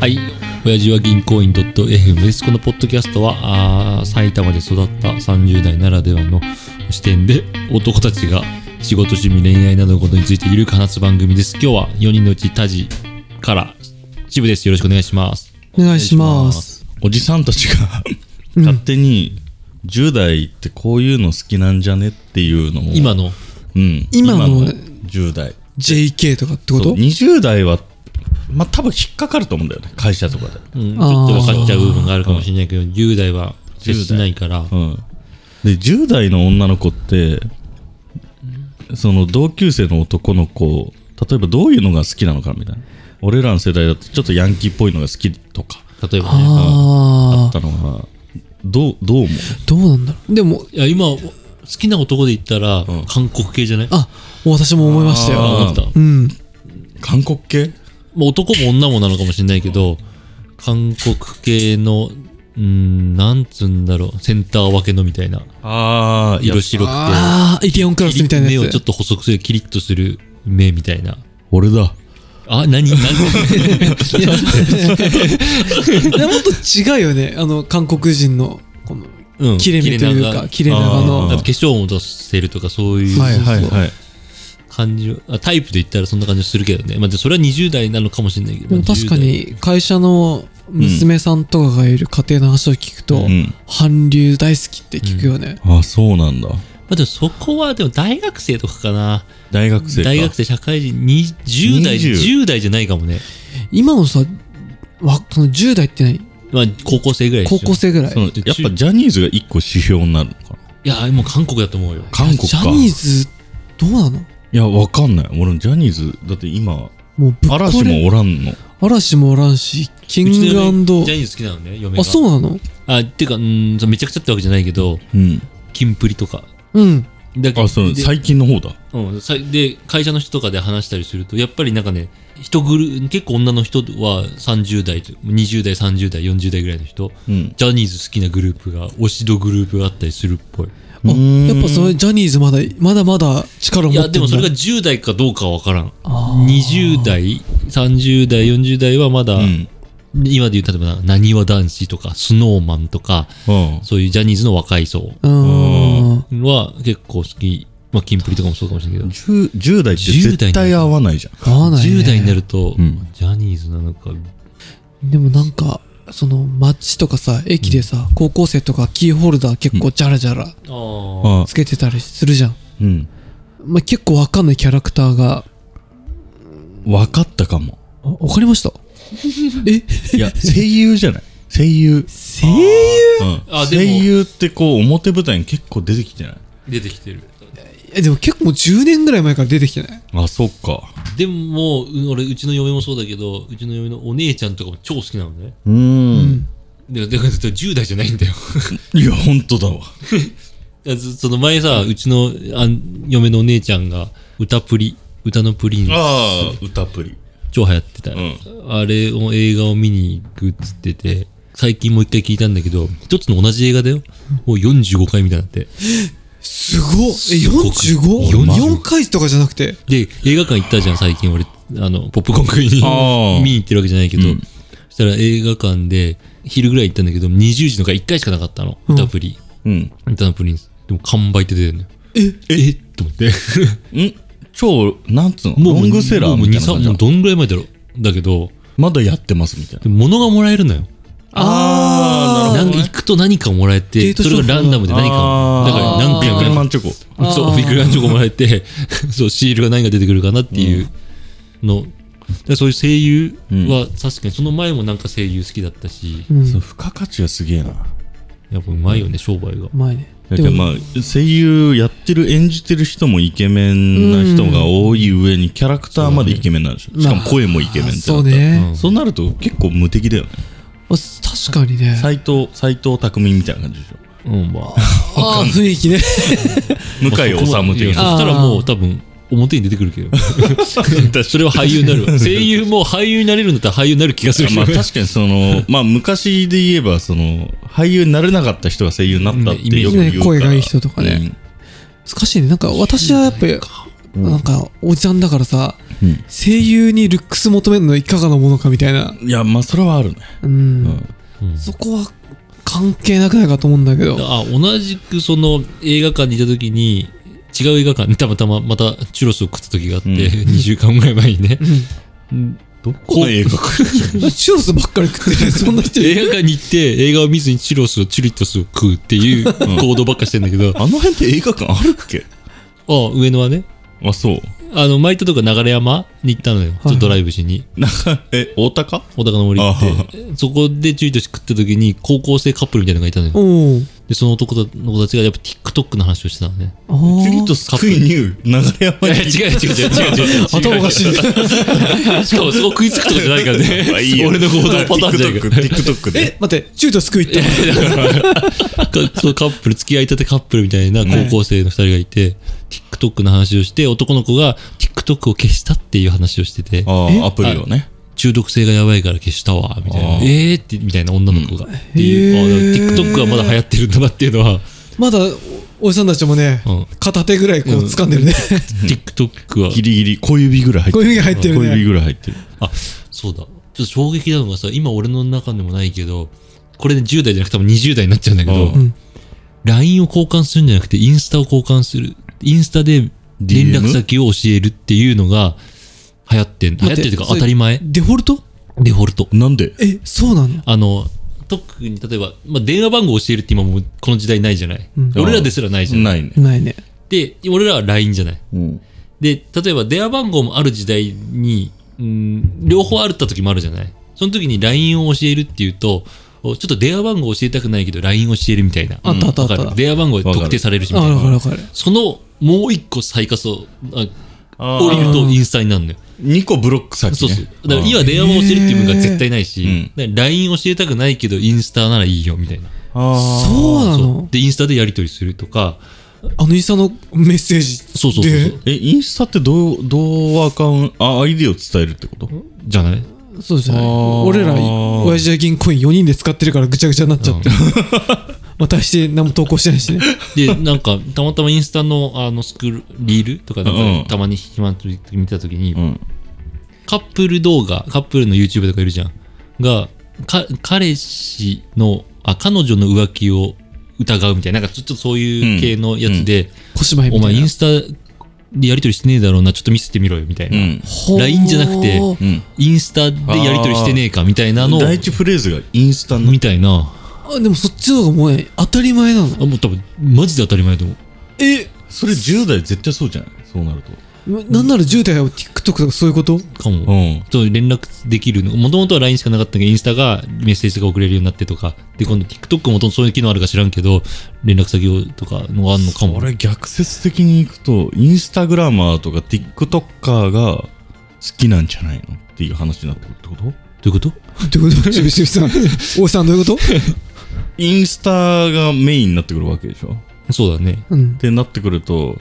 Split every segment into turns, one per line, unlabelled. はい。親父は銀行員 .fm です。このポッドキャストは、あー埼玉で育った30代ならではの視点で、男たちが仕事、趣味、恋愛などのことについてゆるく話す番組です。今日は4人のうちタジから渋です。よろしくお願いします。
お願いします。
おじさんたちが勝手に10代ってこういうの好きなんじゃねっていうのを
今の、
うん、
今の
10代
JK とかってこ
そう
と
20代はまあ多分引っかかると思うんだよね会社とかで、
うん、ちょっと分かっちゃう部分があるかもしれないけど、10代は接しないから、
うん、で10代の女の子ってその同級生の男の子例えばどういうのが好きなのかみたいな俺らの世代だとちょっとヤンキーっぽいのが好きとか
例えばね。
あ
あ
っ
あ
たのがどうどう思う
どうなんだろうでも
いや、今、好きな男で言ったら、韓国系じゃない
あ私も思いました
あ
よ
ー
思った。
うん
韓国系
まあ、男も女もなのかもしれないけど、韓国系の、うーん、なんつうんだろう、センター分けのみたいな、
ああ
色白く
ああイテオンクラ
て、
スみたいな
目
や
をちょっ
つ
と細くする、キリッとする目みたいな。
俺だ
あ、 何何いや
でもっと違うよねあの韓国人のこの
うん
切れ目というか切れ長
あ
の
と化粧を出せるとか、そういう。
はいはい
はい。
感じはあタイプで言ったらそんな感じするけどね。まあ、でそれは20代なのかもしれないけど。
でも
まあ10
確か
代
に会社の娘さんとかがいる家庭の話を聞くと
うん。
韓流大好きって聞くよね
あ、そうなんだ。
まあ、でもそこは、でも大学生とかかな。
大学生か。
大学生、社会人、に10代、
20
10代じゃないかもね。
今のさわその10代って何
まあ、高校生ぐらいでしょ
高校生ぐらい
そのやっぱジャニーズが一個指標になるのかない
や、もう韓国だと思うよ。
韓国か。
ジャニーズどうなの
いや、わかんない。俺、ジャニーズ、だって今、
もうぶっ
嵐
壊れ
もおらんの。
嵐もおらんし、キ
うちの
ン
嫁
グ
ジャニーズ好きなのね、嫁が。
あ、そうなの
あ、っていうか、うーん、そうめちゃくちゃってわけじゃないけど、
うん。
キンプリとか。
うん。
だけ
あ、そう、
で
最近の方だ。
うんさで、会社の人とかで話したりすると、やっぱりなんかね、人ぐる、結構女の人は30代と、20代、30代、40代ぐらいの人、
うん。
ジャニーズ好きなグループが、推し度グループがあったりするっぽい。
あ、やっぱそれジャニーズまだ、まだまだ力を
い
持っ
や、で
てる
も
ん
それが
だ。
10代かどうかはわからん。
あ
20代、30代、40代はまだ、
うん。
今で言う、例えばな、なにわ男子とか、スノーマンとか、
うん。
そういうジャニーズの若い層
うーん。
は結構好き。まあ、キンプリとかもそうかもしれないけど。
10, 10代って絶対合わないじゃん。
合わない、ね。
10代になると、
うん
ジャニーズなのか、
でもなんか、その街とかさ、駅でさ、高校生とかキーホルダー結構ジャラジャラ
ああ。
あ
つけてたりするじゃん。
うん。
まあ、結構わかんないキャラクターが、
わかったかも。
あわかり ましたえ
い や、声優じゃない。声優。
声優
うん
あでも
声優ってこう、表舞台に結構出てきてない
出てきてる。
いやでも結構もう10年ぐらい前から出てきてない
あ、そっか。
でも、う俺、うちの嫁もそうだけど、うちの嫁のお姉ちゃんとかも超好きなのね。
うーん。
で、だから10代じゃないんだよ。
いや、ほんとだわ。
いやずその前さ、うちのあん嫁のお姉ちゃんが、歌プリ、歌のプリンス、
ああ、 歌プリ。
超流行ってたよ、あれを映画を見に行くっつってて、最近もう一回聞いたんだけど、一つの同じ映画だよ。もう45回みたいになって。
すご
ご
っ
く
え 45?4 回とかじゃなくて
で、映画館行ったじゃん、最近俺、あの、ポップコーン食いに
あー
見に行ってるわけじゃないけど、そしたら映画館で、昼ぐらい行ったんだけど、20時の回1回しかなかったの。歌プリ、
うん。
歌のプリンス。でも完売って出てるのよ。ええと思って。
ん超なんつうの ロングセラー
もう
み
2、
た
3
いな感じな
もう
の
どんぐらい前だろう。だけど、
まだやってますみたいな
でも物がもらえるのよ。
あ
なんか行くと何かもらえ
デ
て、
ート
そ
商品
れがランダムで何かもだから何回
ビッ
も
クリ
や
マ
る
ンチョコ
そう、ビックリマンチョコもらえて、そう、シールが何が出てくるかなっていうの。でそういう声優は確かにその前もなんか声優好きだったし、
うん
そう付加価値がすげえな
やっぱうまいよね、商売が。
前ね
だからまあ声優やってる演じてる人もイケメンな人が多い上にキャラクターまでイケメンなんでしょしかも声もイケメンって
そ
な
う
ったら
ね、
そうなると結構無敵だよね
あ確かにね
斎藤斎藤匠みたいな感じでしょ
うん、まあ。
ああー雰囲気ね
向井
そこも
理的
いや
な
そしたらもう多分、表に出てくる けど。それは俳優になるわ。声優も俳優になれるんだったら俳優になる気がするけど
まあ確かにそのまあ昔で言えばその俳優になれなかった人が声優になったってよく言うから
ね声がいい人とかね難しいねなんか私はやっぱりなんかおじさんだからさ、
うん
声優にルックス求めるのいかがなものかみたいな、
いやまあそれはあるね、
う
うんん、
うん
そこは関係なくないかと思うんだけど
あ同じくその映画館にいた時に違う映画館にたまたままたチュロスを食った時があ って、
うん
2週間ぐらい前にね、
どこの映画か
チュロスばっかり食 ってるそんな人い
映
る
画館に行って映画を見ずにチュロスをチュリットスを食うっていう行動ばっかしてんだけど、あ
あの辺って映画館あるっけ
上野はね
あそう
あの前行ったとこ流山に行ったのよ、ちょっとドライブしに
なんかえ大高
小高の森行ってそこでチュリットス食った時に高校生カップルみたいなのがいたのよ、
おう
でその男の子たちがやっぱ TikTok の話をしてたのね
あー
キュリッとスクイニュー流山
いや違
に
う違う違う違う 違う違う
頭おかしい
しかもそこ食いつくとかじゃないからね
あいい よ
俺の行動パターンじゃないから
TikTok で
え待ってチュートスクイって
かそうカップル付き合いたてカップルみたいな高校生の二人がいて、TikTok の話をして男の子が TikTok を消したっていう話をしてて
ああアプリをね
中毒性がやばいから消したわみたいな
あー
えーってみたいな女の子が、ってい
へ
うあだ
ー
から TikTok はまだ流行ってるんだなっていうのは
まだおじさんたちもね、
うん
片手ぐらいこう掴んでるね、
TikTok は
ギリギリ小指ぐらい入っ
こ
て
う
る
いうふうに入ってる
小指
ね
ぐらい入ってる
あそうだちょっと衝撃なのがさ今俺の中でもないけどこれね10代じゃなくて多分20代になっちゃうんだけど、
うん
LINE を交換するんじゃなくてインスタを交換するインスタで連
DM
絡先を教えるっていうのが流行ってん流行ってるというか当
待て
たり前
それデフォルト
デフォルト
なんで
えそうなの
あの特に例えば、まあ、電話番号を教えるって今もうこの時代ないじゃない、
うん
俺らですらないじゃん
ないね
ないね
で俺らは LINE じゃない
うん
で例えば電話番号もある時代に、うん、両方あった時もあるじゃないその時に LINE を教えるっていうとおちょっと電話番号教えたくないけど LINE 教えるみたいな
あったあったあった
わかる電話番号で特定されるしみ
あ
たい
分かる
な
分かる
そのもう一個最下層あ
あ
降りる
ー
とインスタになるのよ
2個ブロック先ね
そうそうだから
あ
今
ー
電話も教えるっていう文化は絶対ないし、
うん
だから LINE 教えたくないけどインスタならいいよみたいな
あー
そうな
そ
の
うでインスタでやり取りするとか
あのインスタのメッセージ
そうそうそうそう
えインスタってどうどうアカウントあ ID を伝えるってこと
じゃない
そうじゃない
あー
俺ら親父や銀行員4人で使ってるからぐちゃぐちゃになっちゃって、 まあ大して何も投稿してないしね
で、なんか、たまたまインスタの、あの、スクール、リールとかなんか、
うん
たまに暇な時見たときに、
うん
カップル動画、カップルの YouTube とかいるじゃん。が、か、彼氏の、あ、彼女の浮気を疑うみたいな、なんかちょっとそういう系のやつで、
小芝居み
お
た
前
い
イ
な
ンスタでやりとりしてねえだろうな、ちょっと見せてみろよ、みたいな。
うん
ほー
LINE じゃなくて
うん
インスタでやりとりしてねえか、みたいなの、
第一フレーズがインスタの
みたいな。
あでもそっちの方がもうね当たり前なの
あ、もう多分、マジで当たり前だと思う。
え
それ10代絶対そうじゃないそうなると
なんなら10代は TikTok とかそういうこと
かも。
うん
と連絡できるのもともとは LINE しかなかったけどインスタがメッセージが送れるようになってとかで今度 TikTok もともとそういう機能あるか知らんけど連絡先をとかのがあるのかも
俺逆説的にいくとインスタグラマーとか TikToker が好きなんじゃないのっていう話になってくるってこと
どういうこと
どうい うことしぶしぶさん大井さんどういうこと
インスタがメインになってくるわけでしょっ
そうだね
うん
てなってくると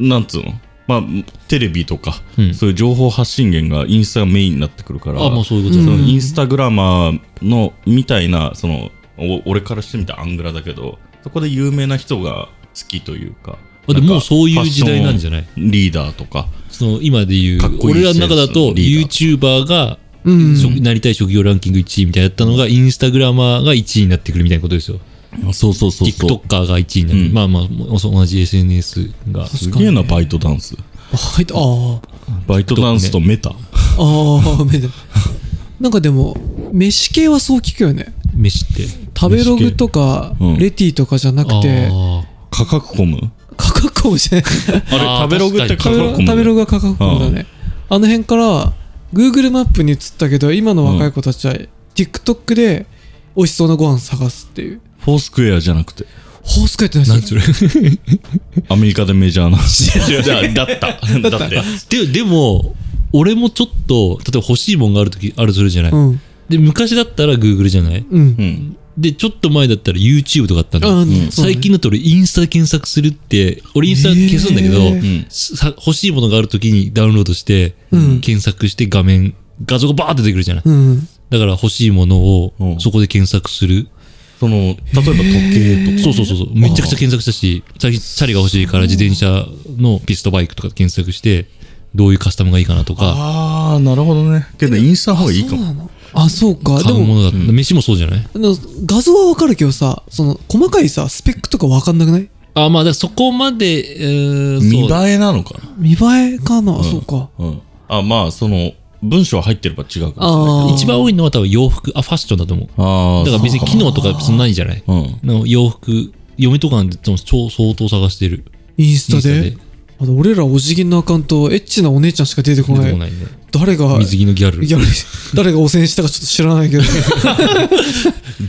なんつうのまあテレビとか、
うん
そういう情報発信源がインスタがメインになってくるから
あもうそういうことだ、
う
そ
ん
のインスタグラマーのみたいなそのお俺からしてみたらアングラだけどそこで有名な人が好きというか
あで
なんか
もうそういう時代なんじゃない
ファッションリーダーとか
その今で言う
かっこいい
俺らの中だと
リーダ
YouTuber が
うん
職なりたい職業ランキング1位みたいなやったのがインスタグラマーが1位になってくるみたいなことですよ
そうそうそ
TikToker が1位になる、
うん
まあまあもう同じ SNS が
すげえなバイトダンス
あ入ったあー
バイトダンスとメタ、
ああめでなんかでも飯系はそう聞くよね
飯って
食べログとか
うん
レティとかじゃなくて
あ
価格コム
価格コムじゃない
ー
あれ食べログって
確かに
食べロ
価格コム
食べログが価格コムだねあの辺から Google マップに移ったけど今の若い子たちは TikTok で美味しそうなご飯探すっていう
フォースクエアじゃなくて
ホースカイって何
何それ
アメリカでメジャーなだだっただって
ででも俺もちょっと例えば欲しいもんがある時あるとするじゃない、
うん
で昔だったら Google じゃない
うん
うん
でちょっと前だったら YouTube とかあったの、
うん
最近だと俺インスタで検索するって俺インスタ消すんだけど、
へー
うん
さ欲しいものがある時にダウンロードして、
うん
検索して画面画像がバーって出てくるじゃない、
うん
だから欲しいもの
う
を
ん
そこで検索する、
その例えば時計とか
そうそうそうそうめちゃくちゃ検索したし最近チャリが欲しいから自転車のピストバイクとか検索してどういうカスタムがいいかなとか
ああなるほどねけどインスタの方がいいかも
あそうなのあそうか
買
で
うも
も
のだった、飯もそうじゃない
あの画像はわかるけどさその細かいさスペックとかわかんなくない
あまあだからそこまで、えーそう
見栄えなのかな
見栄えかな、そうか
うんあまあその文章入ってれば違うか
あ
もしれない
あ
一番多いのは多分洋服あファッションだと思う
ああ
だから別に機能とかそんなないじゃない
うん
の洋服嫁とかなんてでも超相当探してる
インスタ
イ
で
ンス
あと俺らお辞儀のアカウントエッチなお姉ちゃんしか出てこ
出
な
て
い
こないね
誰が
水着のギャル
いや誰が汚染したかちょっと知らないけ ど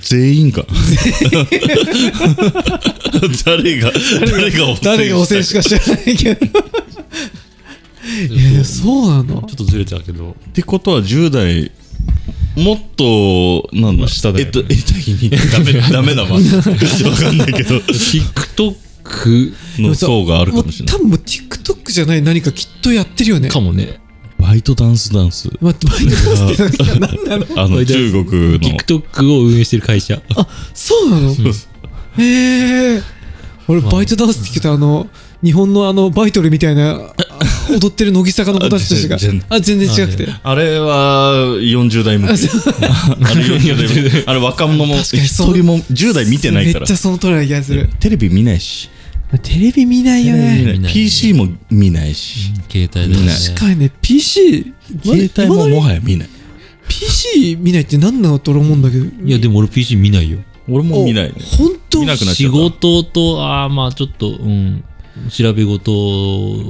全員 か誰が誰が汚
誰が汚染
染した
しか知らないけどいやそうなの
ちょっとずれたけど
ってことは10代もっとなんだ
下だよね
えっとえっとにダメ ダメだわわかんないけど
TikTok
の層があるかもしれない
もう多分もう TikTok じゃない何かきっとやってるよね
かもね
バイトダンスダンス
待ってバイトダンスって何なの
あの中国の
TikTok を運営してる会社
そうなのへえ俺バイトダンスって聞いたらあの日本のあのバイトルみたいなあ踊ってる乃木坂の子たちとしか
あ 全然
あ全然違くて
あれは40代向けあれ40代向 けあれ若者も
確かに
一
そう
人も10代見てないか
め
ら
っちゃその通りな気がする
テレビ見ないし
テレビ見ないよね
見ない
PC も見ないし
携帯だ
見ない
しね
確かにね PC
携帯も
未だ
も
に
はや見ない
PC 見ないって何なのと俺思うんだけど
いやでも俺 PC 見ないよ
俺も見ないね
本当
見なくなっちゃ
仕
った
事とああまあちょっとうん調べ事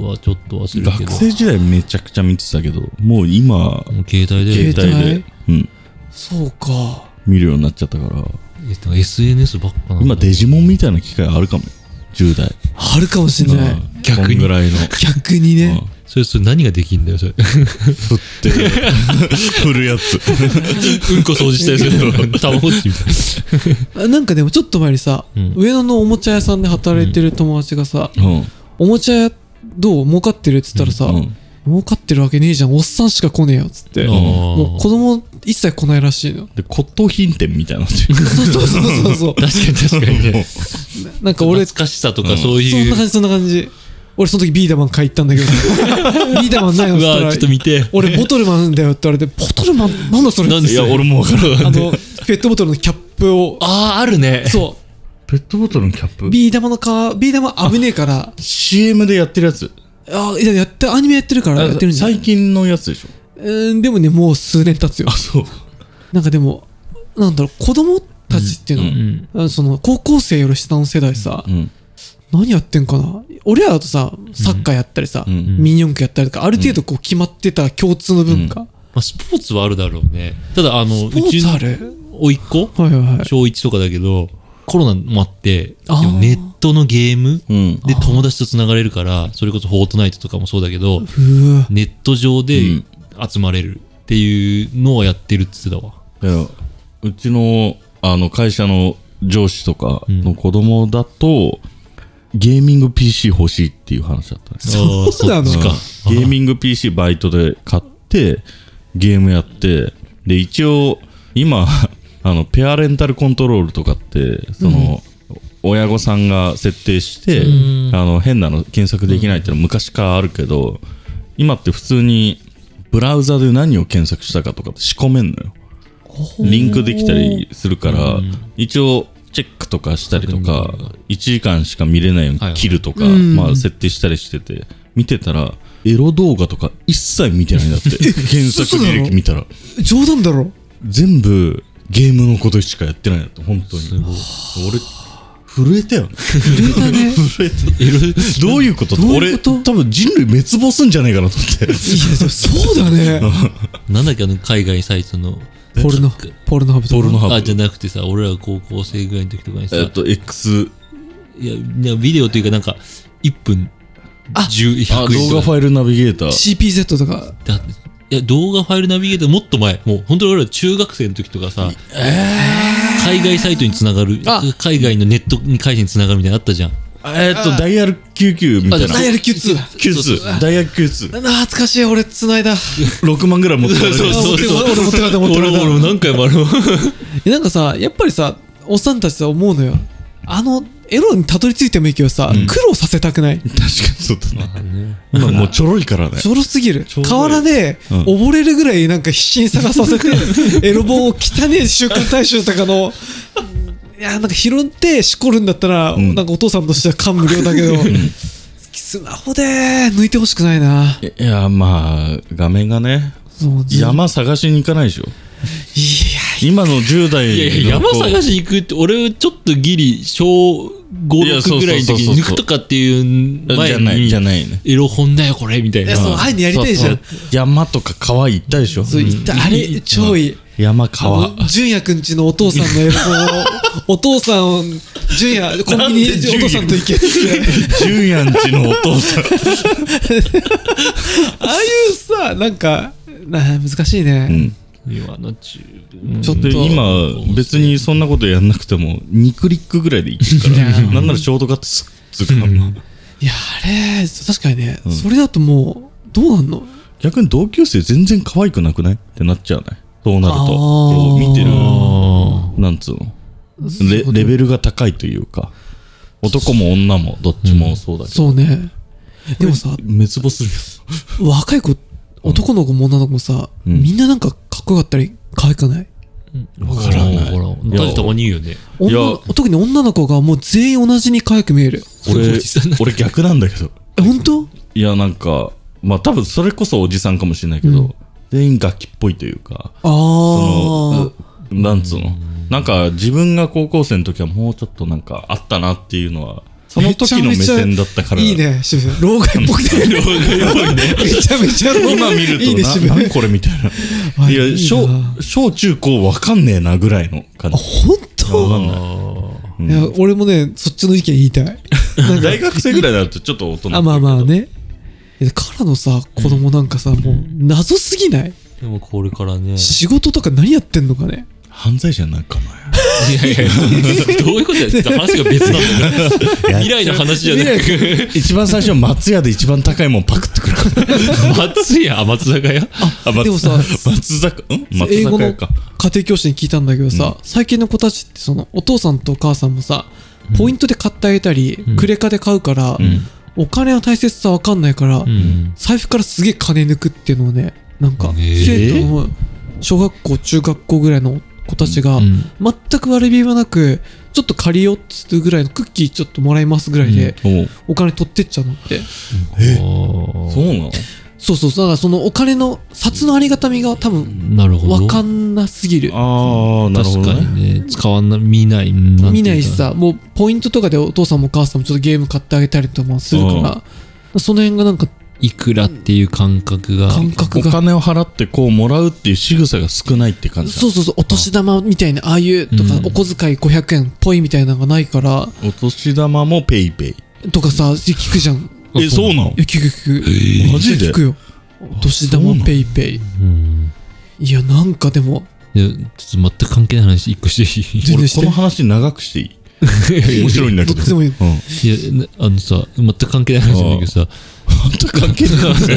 はちょっと忘れるけ
学
ど
生時代めちゃくちゃ見てたけどもう今
もう携帯
携
で
帯で、うん、
そうか
見るようになっちゃったから
えっと SNS ばっかな
今デジモンみたいな機会あるかもよ10代
あるかもしれない
逆に
こんぐらいの
逆にね
うん
それそれ何ができんだよそれ
振って 振るやつ
うんこ掃除したりするの タマゴッチみたいな
あなんかでもちょっと前にさ、
うん
上野のおもちゃ屋さんで働いてる友達がさ、
うん
おもちゃ屋どう儲かってるっつったらさ、
うん
儲かってるわけねえじゃんおっさんしか来ねえよっつって、
うん
もう子供一切来ないらしいの
で骨董品店みたいなのって
そうそうそうそうそう
確かに確かに
もう
ね
なんか俺
懐
そ
かしさと
う
か
ん
そうんい
な
う
感じそんな感じ俺その時ビーダマン買い行ったんだけどビーダマンないのっ
う
つった
わ
ら
ちょっと見 て
俺ボトルマンだよって言われてボトルマンなんだそれ
なんで
いや俺もわから
あ
ん
のペットボトルのキャップを
あああるね
そ
ペットボトルのキャッ
う
プ
ビー玉の皮ビー玉危ねえから
CM でやってるやつ
あいややってアニメやってるからやってるんじゃない
最近のやつでしょ
うんでもねもう数年経つよ
そう
なんかでもなんだろう子供たちっていうの、
うん
うん
あのその高校生より下の世代さ、
うん
何やってんかな俺らだとさサッカーやったりさ、
うん
ミニ四駆やったりとかある程度こう決まってた共通の文化、
まあ、スポーツはあるだろうね。ただ、あの、う
スポー
ち
ツ
の
ある
甥っ子、
はいはいはい
小1とかだけど、コロナもあって、で
あー
もネットのゲーム
うん
で友達と繋がれるから、それこそフォートナイトとかもそうだけど、
うー
ネット上で
うん
集まれるっていうのをやってるっつってたわ。
いやうちのあの会社の上司とかの子供だと、ゲーミング PC 欲しいっていう話だったね
そうなの
あーそっち か。
ゲーミング PC バイトで買ってゲームやってで一応今 あのペアレンタルコントロールとかってその、親御さんが設定してあの変なの検索できないっていうのは昔からあるけど今って普通にブラウザで何を検索したかとかって仕込めんのよリンクできたりするから一応チェックとかしたりとか1時間しか見れないよう
はいは
に
い
切るとか、まあ、設定したりしてて見てたらエロ動画とか一切見てないんだって検索履歴見たら
冗談だろ
全部ゲームのことしかやってないんだって本当に
すごい。
俺震えたよね
震えたね
震えた
エロ
どういうこと
どういう
俺
こと
多分人類滅亡すんじゃないかなと思って
いやでもそうだね
なんだっけ、あの、海外サイトの。
ポルノポルノハブとか
ポルノハブ
あ、じゃなくてさ、俺ら高校生ぐらいの時とかにさ、
えっと X
いや、なビデオというかなんか、1分、10、100
あ
円
動
と
画
か
ファイルナビゲーター
CPZ とか
だっていや動画ファイルナビゲーターもっと前もう本当に俺ら中学生の時とかさ、海外サイトにつながる
あ
海外のネットに回線につながるみたいなのあったじゃん
えっとダイヤル99みたいな
あじゃあ
ダイヤル Q2 だ
Q2 ダイヤル Q2
懐かしい俺繋いだ
6万ぐらい持ってかれてる
そうそうそう俺持って帰った持って帰
俺
った
も俺も何回もある
えなんかさやっぱりさおっさんたちさ思うのよあのエロにたどり着いてもいいけどさ、
うん
苦労させたくない
確かにそうだね
まあね
今もうちょろいからね
ちょろすぎる
ちょろい
河原で
うん
溺れるぐらいなんか必死に探させて、 エロ本を汚ねえ週刊大衆とかのいやなんか拾ってしこるんだったら、
ん
なんかお父さんとしては感無量だけどスマホで抜いてほしくないない
やまあ画面がね
そうずいや
山探しに行かないでしょ今の10代
いやいや
の
山
子
探し行くって俺ちょっとギリ小56ぐらいの時に抜くとかっていう
じ
前
ゃないじゃ
に
ないね
エロ本だよこれみたい
い
な
やそうああいうのやりたいじゃん
そうそう山とか川行ったでしょ
そう言ったあれ超いい
山
あ
川
の純也くんちのお父さんのエロ本をお父さん純也コンビニでお父さんと行けって
純やんちのお父さ
あ
ん
あいうさなんかな難しいね、
うん
今の中
ちょっと
で今別にそんなことやんなくても2クリックぐらいでいけるからなんならショートカットすっつうから
いや、あれ、確かにね、それだともう、どうなんの
逆に同級生全然可愛くなくないってなっちゃうねそうなると
あー
こう見てる
あ
なんつうのレレベルが高いというか男も女もどっちもそうだけど、
そうね。でもさ、
滅亡するよ
若い子、男の子も女の子もさ、
うん
みんななんかかっこよかったり、可愛くない
あ
わからないいや
たまに言うよね
女
いや
の特に女の子がもう全員同じに可愛く見える。
俺俺逆なんだけど
え、本当
いやなんかまあ多分それこそおじさんかもしれないけど、
うん
全員ガキっぽいというか
あ
そ
あ。
のなんつうのなんか自分が高校生の時はもうちょっとなんかあったなっていうのはその時の目線だったから
いいね、渋谷さん。老害っぽくて。 めちゃめちゃ老害。
今見ると
いいね、渋
な
谷
何これみたい
あ
ない
い
や
な
小小中高わかんねえなぐらいの感じ
本当
わかんない
いや、俺もね、そっちの意見言いたい。なんか
大学生ぐらいになるとちょっと大人
あまあまあねえからのさ子供なんかさ、もう謎すぎない
でもこれからね
仕事とか何やってんのかね
犯罪者になるか
いやいや どういうことやって話が別なんだか
な
ら未来の話じゃなく
一番最初松屋で一番高いもんパクってくるから
松屋松坂屋
あ
でもさ
松坂ん松
英語
坂
の
屋
家
か
庭教師に聞いたんだけどさ、最近の子たちってそのお父さんとお母さんもさポイントで買ってあげたり、
ん
クレカで買うから、お金の大切さわかんないから、
ん
財布からすげえ金抜くっていうのをねなんか
ねえ
生徒の小学校中学校ぐらいの子たちが、
うん
全く悪びはなくちょっと借りようっつってぐらいのクッキーちょっともらいますぐらいで、
おう
お金取ってっちゃうのって
そうなの
そうそうそうだからそのお金の札のありがたみが多分
なるほど
わかんなすぎる
ああなるほ
確か
どね
にね使わな見ないうんんてうか
見ないしさもうポイントとかでお父さんもお母さんもちょっとゲーム買ってあげたりとかもするからその辺がなんか
いくらっていう感覚が
感
お
覚が
金を払ってこうもらうっていう仕草が少ないって感じだ
そうそうそうお年玉みたいなああいうとか
うん
お小遣い500円っぽいみたいなのがないから
お年玉もペイペイ
とかさ聞くじゃん
あ
えそうなの
いや聞く聞く
マジで
聞くよお年
そうな
玉
の
ペイペイ
うん
いやなんかでも
でちょっと全く関係ない話一個していい
全然
俺
して
この話長くしていい 面白いんだ
ど
け
っ
ど
ちでもいい
うん
いや、なあのさ、全く関係ない話なんだけどさ、
全く関係ない
なんかペイペ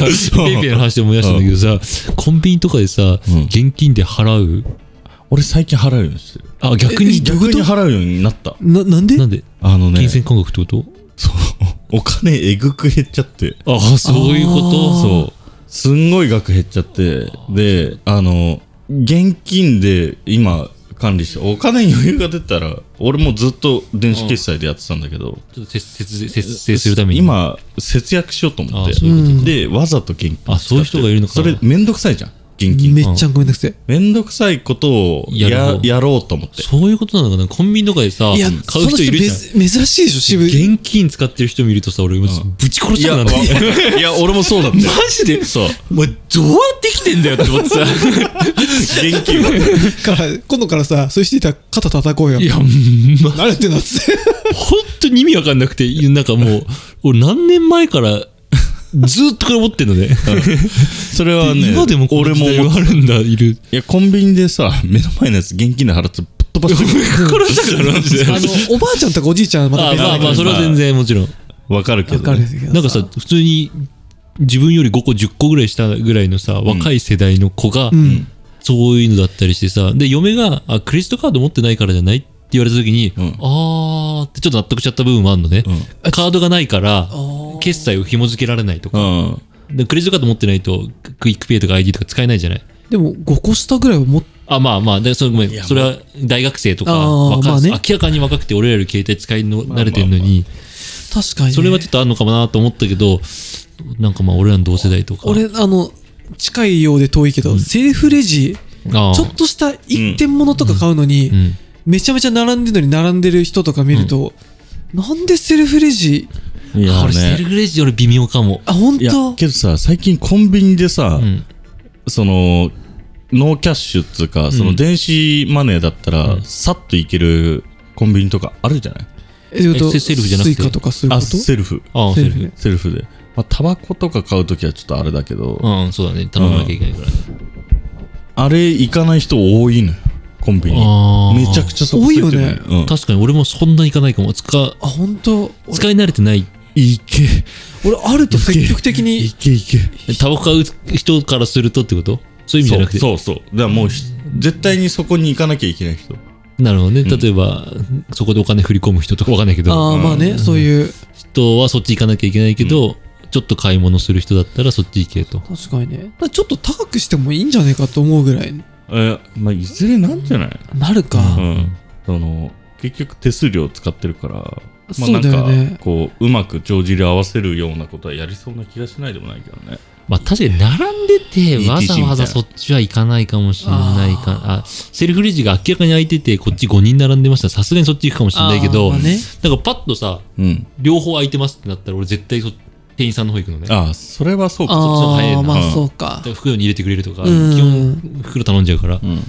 イの話で思い出したんだけどさ、コンビニとかでさ、
うん
現金で払う
俺最近払うようにしてる
あ、逆
え
に、
どういうこ
逆
と
に払うようになった
ななんで
なんで
あのね
金銭感覚ってこと
そうお金えぐく減っちゃって
あ、そういうこと
そうすんごい額減っちゃってであの現金で今管理してお金に余裕が出たら俺もずっと電子決済でやってたんだけど
ちょっと節節節制するために。
今節約しようと思っ
あ
て
そう
いうことか
でわざと現金使って
あそういう人がいるのか
それめんどくさいじゃん現金
めっちゃごめんなさい
めんどくさいことをや
やる
や
方
ろうと思って
そういうことなのかなコンビニとかでさ
いや、、
買う人いるじゃん
そ。の人め珍しいでしょ、渋谷。
現金使ってる人見るとさ、俺、ぶち殺し
い
た
や
くな
わ
る。
いや俺もそうだったマジでそう
お前、どうやって生きてんだよって思ってさ。
現金は
から、今度からさ、そういう人いたら肩叩こうよ。
い
慣
や、ま
れてんだっつって。
本当に意味わかんなくて、なんかもう、俺何年前から、ずーっとこれ持ってんのね。
それはね
今でもこの
俺
時
も
代
思っ
はあるんだ、いる。
いやコンビニでさ目の前のやつ現金で払ってぶっ飛ばしてくる
殺したくなるマジで。
あの、おばあちゃんとかおじいちゃんはまた
あ
別
ま
だ
あ
け
ま
ど
あ、それは全然もちろん。
わかるけ
わか
ど
る
ね
けど。
なんかさ、普通に自分より5個、10個ぐらい下ぐらいのさ、若い世代の子が
う、ん。
そういうのだったりしてさ、で、嫁が、あ、クレジットカード持ってないからじゃないって言われた時に、
うん
あーってちょっと納得しちゃった部分もあるのね、
う
カードがないから
ー
決済を紐付けられないと
う
か、
ん。
でクレジットカード持ってないとクイックペイとか ID とか使えないじゃない
でも5個下ぐらいは持っ
あまあまあでそれごめん
いや
それは大学生とか
あー
若
まあね
明らかに若くて俺らより携帯使いの慣れてるのに、
確かにね、
それはちょっとあるのかもなと思ったけどなんかまあ俺らの同世代とか
俺あの近いようで遠いけど、セルフレジ
あー
ちょっとした一点物とか買うのに、
うん
めちゃめちゃ並んでるのに並んでる人とか見ると、なんでセルフレジ
いや
あ俺セ
ね
ル。フレジ俺微妙かも
あ本
いや
当
けどさ最近コンビニでさ、
うん
そのノーキャッシュっつうかその電子マネーだったら、さっといけるコンビニとかあるじゃない、
えどういうこと
えセセルフじゃなくて
スイカとかするこ
あ
と
セルフ
ああ
セ
セル
ルフ
フ
ね
セルフで、まあ、タバコとか買うときはちょっとあれだけど、
うんそうだね頼まなきゃいけないから、ね
あれ行かない人多いのよコンビニ
あー
めちゃくちゃそこ
多
空
い
てる
よね
うん、
確かに俺もそんなにいかないかも使
あ本当俺
使い慣れてない
行け
俺あると積極的に
行け行け
タバコ買う人からするとってことそういう意味じゃなくて
そうそうそうだからもうひ絶対にそこに行かなきゃいけない人
なるほどね例えば、そこでお金振り込む人とかわかんないけど
ああまあね、そういう
人はそっち行かなきゃいけないけど、ちょっと買い物する人だったらそっち行けと
確かにねまあちょっと高くしてもいいんじゃないかと思うぐらい
えまあいずれなんじゃない
なるか、
うん、その結局手数料を使ってるから、まあ、
そ
な
うだよね
んかこううまく帳尻合わせるようなことはやりそうな気がしないでもないけどね
まあ確かに並んでて
ETC
わざわざそっちは行かないかもしれないかあセルフレジが明らかに空いててこっち5人並んでましたらさすがにそっち行くかもしれないけど、
あーまあね
なんかパッとさ
うん
両方空いてますってなったら俺絶対そ店員さんの方行くのね
ああそれはそうか
っちの方が早い
ああ
な
ま
う
あ
ん
そうか、
袋に入れてくれるとか、
うん
基本袋頼んじゃうから、
うん、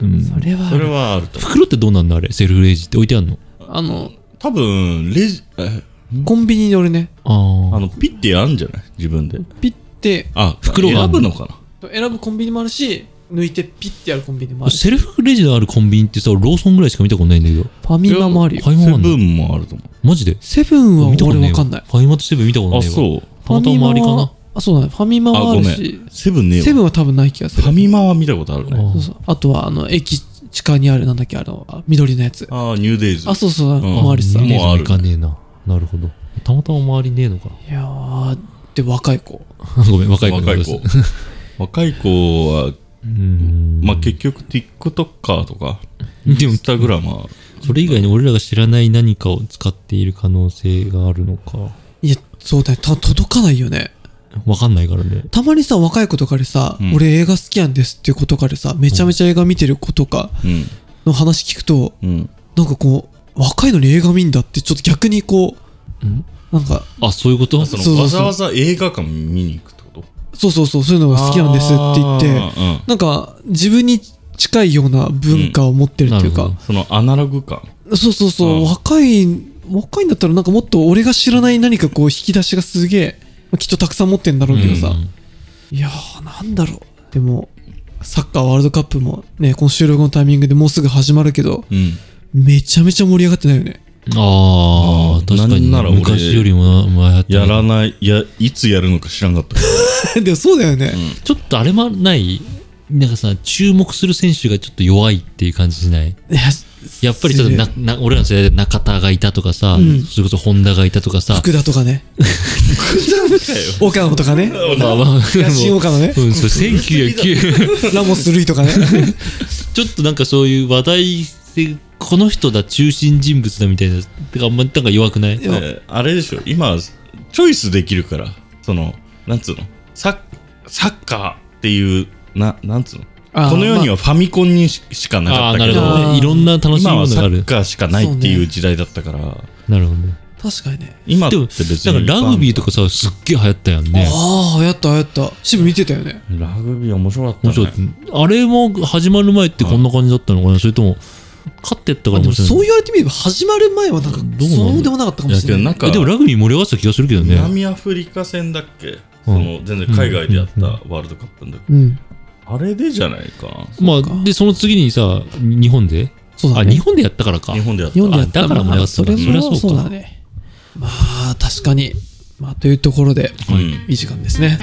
うん
それは
それはあると
袋ってどうなんのあれセルフレジって置いてあるの
あの
多分レジえ
コンビニで俺ね
あ
あのピッてやんじゃない自分で
ピッて
あ
袋がある
選ぶのかな
選ぶコンビニもあるし抜いてピッてやるコンビニもあ
あ
るし
セルフレジのあるコンビニってさローソンぐらいしか見たことないんだけど
ファミマもあるよ
ファイマ
セ
もあんの
ブンもあると思
マジで
セブンは
見たことね
俺
え
わ
わ
かんない
ファイマとセブン見たこと
うあ
ないわ
そう
たまたま周りか
ファミマ
な
はあそうだねファミマ
あ
もあ
ご
る
め
し
んセブンねえ
セブ
わ
ンは多分ない気がす
フ
る
ァミマは見たことあるね
そうそうあとはあの駅地下にあるなんだっけあのあ緑のやつ
ああニューデイズ
あそうそう、
ん
もあるしさ
あ
い
もうある
行かねえななるほどたまたま周りねえのか
やーで若い子
ごめん若い子
若い子若い子は
うん
まあ結局 TikToker とか
でも
Instagramer
それ以外に俺らが知らない何かを使っている可能性があるのか
いやそうだねた届かないよね
わかんないからね
たまにさ若い子とかでさ、
うん
俺映画好きなんですっていう子とかでさめちゃめちゃ映画見てる子とか
うん
の話聞くと
うん
なんかこう若いのに映画見んだってちょっと逆にこうなんか
あそういうこと
そ
そうそう
のわざわざ映画館見に行くってこと
そうそうそうそういうのが好きなんですって言って
て、うん
なんか自分に近いような文化を持ってるっていう
うん
か
な、
そのアナログ感
そうそうそう、
うん
若い若いんだったらなんかもっと俺が知らない何かこう引き出しがすげえまあきっとたくさん持ってんだろうけどさ、
うん
いやーなんだろうでもサッカーワールドカップもねこの収録のタイミングでもうすぐ始まるけど
うん
めちゃめちゃ盛り上がってないよね
ああ、
うん
確かに
なんなら俺
昔よりもな前やって
や
ない
らないいやいつやるのか知らんかった けど
でもそうだよね、
ちょっとあれもないなんかさ、注目する選手がちょっと弱いっていう感じしない
いや
やっぱりちょっとな、な俺らの世代で中田がいたとかさ、
ん
それこそ本田がいたとかさ、
福田と かね岡野とかね
まあまあ、 もう
新岡野ね
うん、そう、1909、
ラモス・ルイと かね
ちょっとなんかそういう話題性、この人だ、中心人物だみたいな、てかあんまなんか弱くない
や
えーあれでしょ今チョイスできるからそのなんつうのサッサッカーっていうななんつうの
あー
この世にはファミコンにししかな
あ
か
あ
っ
ー、
た
な
け
る
ど
ほどね。いろんな楽しみ
今は
もの
サ
があ
ッ
る。
カーしかないっていう時代だったから、
なるほどね。
確かにね
今って
でも、
別に
だからラグビーとかさ、すっげえ流行ったやんね。
ああ流行った流行った渋見てたよね
ラグビー面白かった、
面
ね、
白かったあれも始まる前ってこんな感じだったのかなそれとも勝ってったか
あで
も
も
しれない
そう言われてみれば始まる前はなんか
うなんだろう
そうでもなかったかも
だ
し
けど
れな
なん
い
か
えでもラグビー盛り上がってた気がするけどね
南アフリカ戦だっけ、その全然海外でやったワールドカップの時、
うん
あれでじゃないか
まあでその次にさ日本で
そうだ
あ
ね
日本でやったからか
日本でやった
読んでやった
あだからもやった
それ
そりゃそう
も
か
そうだねまあ確かにまあというところで
うん
いい時間ですね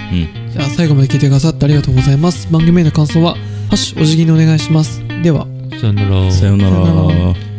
うん
じゃあ最後まで聞いてくださってありがとうございます番組への感想は「ハッシュお辞儀にお願いしますでは
さよなら
さよな
さよな
ら